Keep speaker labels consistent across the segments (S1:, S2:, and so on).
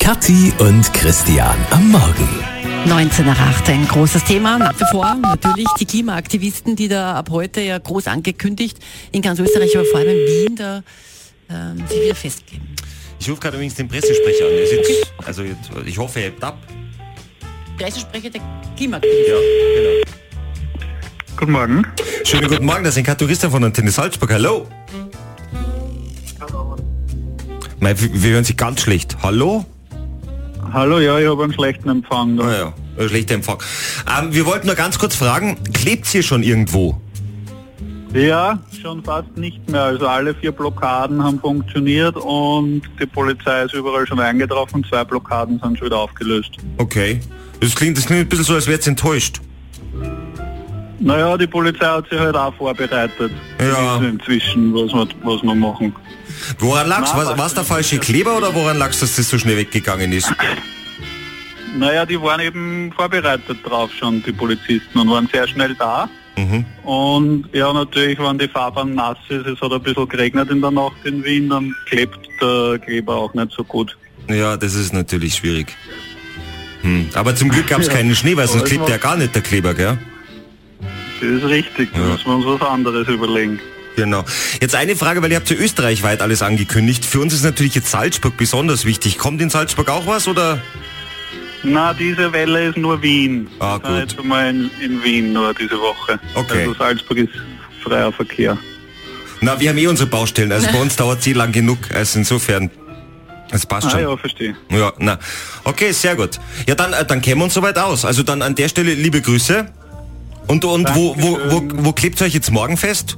S1: Kathi und Christian am Morgen.
S2: 19 nach 8, ein großes Thema nach wie vor. Natürlich die Klimaaktivisten, die da ab heute ja groß angekündigt in ganz Österreich, aber vor allem in Wien, da ähm, sich wieder festgeben.
S3: Ich rufe gerade übrigens den Pressesprecher an. Er sitzt, also jetzt, ich hoffe, er hebt ab.
S2: Pressesprecher der Klimaaktivisten.
S3: genau.
S4: Guten Morgen.
S3: Schönen guten Morgen, das ist ein Kategorist von Antenne Salzburg. Hallo. Nein, wir wir hören Sie ganz schlecht. Hallo?
S4: Hallo, ja, ich habe einen schlechten Empfang. Da.
S3: Naja, ein schlechter Empfang. Ähm, wir wollten nur ganz kurz fragen, klebt hier schon irgendwo?
S4: Ja, schon fast nicht mehr. Also alle vier Blockaden haben funktioniert und die Polizei ist überall schon eingetroffen. Zwei Blockaden sind schon wieder aufgelöst.
S3: Okay. Das klingt, das klingt ein bisschen so, als wäre es enttäuscht.
S4: Naja, die Polizei hat sich halt auch vorbereitet.
S3: Ja.
S4: Die wissen Inzwischen, was wir, was wir machen.
S3: Woran lag's?
S4: Na,
S3: Was,
S4: weiß
S3: was der
S4: nicht.
S3: falsche Kleber oder woran lag's, dass das so schnell weggegangen ist?
S4: Naja, die waren eben vorbereitet drauf schon, die Polizisten, und waren sehr schnell da. Mhm. Und ja, natürlich, wenn die Fahrbahn nass ist, es hat ein bisschen geregnet in der Nacht in Wien, dann klebt der Kleber auch nicht so gut.
S3: Ja, das ist natürlich schwierig. Hm. Aber zum Glück gab's
S4: Ja.
S3: keinen Schnee, weil sonst
S4: Aber es
S3: klebt
S4: war-
S3: ja gar nicht der Kleber, gell?
S4: Das ist richtig, da
S3: Ja.
S4: müssen wir uns was anderes überlegen.
S3: Genau. Jetzt eine Frage, weil ihr habt ja österreichweit alles angekündigt. Für uns ist natürlich jetzt Salzburg besonders wichtig. Kommt in Salzburg auch was oder?
S4: Na, diese Welle ist nur Wien.
S3: Ah,
S4: Ich war
S3: gut.
S4: Jetzt mal in, in Wien nur diese Woche.
S3: Okay.
S4: Also Salzburg ist freier Verkehr.
S3: Na, wir haben eh unsere Baustellen. Also bei uns dauert eh lang genug. Also insofern, es passt
S4: Ah
S3: schon.
S4: ja, verstehe.
S3: ja. na. Okay, sehr gut. Ja, dann, äh, dann kämen wir uns soweit aus. Also dann an der Stelle liebe Grüße. Und, und wo, wo, wo,
S4: Dankeschön.
S3: wo klebt ihr euch jetzt morgen fest?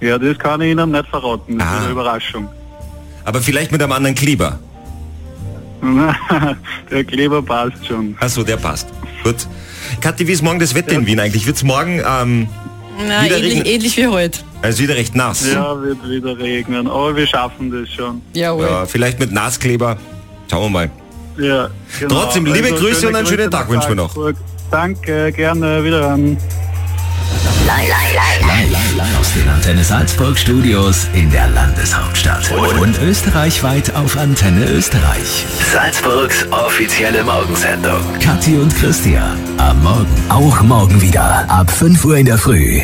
S4: Ja, das kann ich Ihnen nicht verraten. Das
S3: Ah.
S4: ist eine Überraschung.
S3: Aber vielleicht mit einem anderen Kleber.
S4: Der Kleber passt schon.
S3: Achso, Also, der passt. Gut. Kathi, wie ist morgen das Wetter in Wien eigentlich? Wird's morgen, ähm,
S2: Na,
S3: Wieder
S2: ähnlich,
S3: regnet-
S2: ähnlich wie heute.
S3: also wieder recht nass?
S4: Ja, wird wieder regnen. Aber wir schaffen das schon.
S2: Jawohl.
S3: Ja, vielleicht mit Nasskleber. Schauen wir mal.
S4: Ja, genau.
S3: Trotzdem liebe Grüße
S4: schöne
S3: und einen
S4: Grüße
S3: schönen
S4: nach
S3: Tag wünschen wir noch.
S4: Salzburg. Danke, gerne, wieder an.
S1: Live aus den Antenne Salzburg Studios in der Landeshauptstadt und österreichweit auf Antenne Österreich.
S5: Salzburgs offizielle Morgensendung.
S1: Kathi und Christian am Morgen. Auch morgen wieder ab 5 Uhr in der Früh.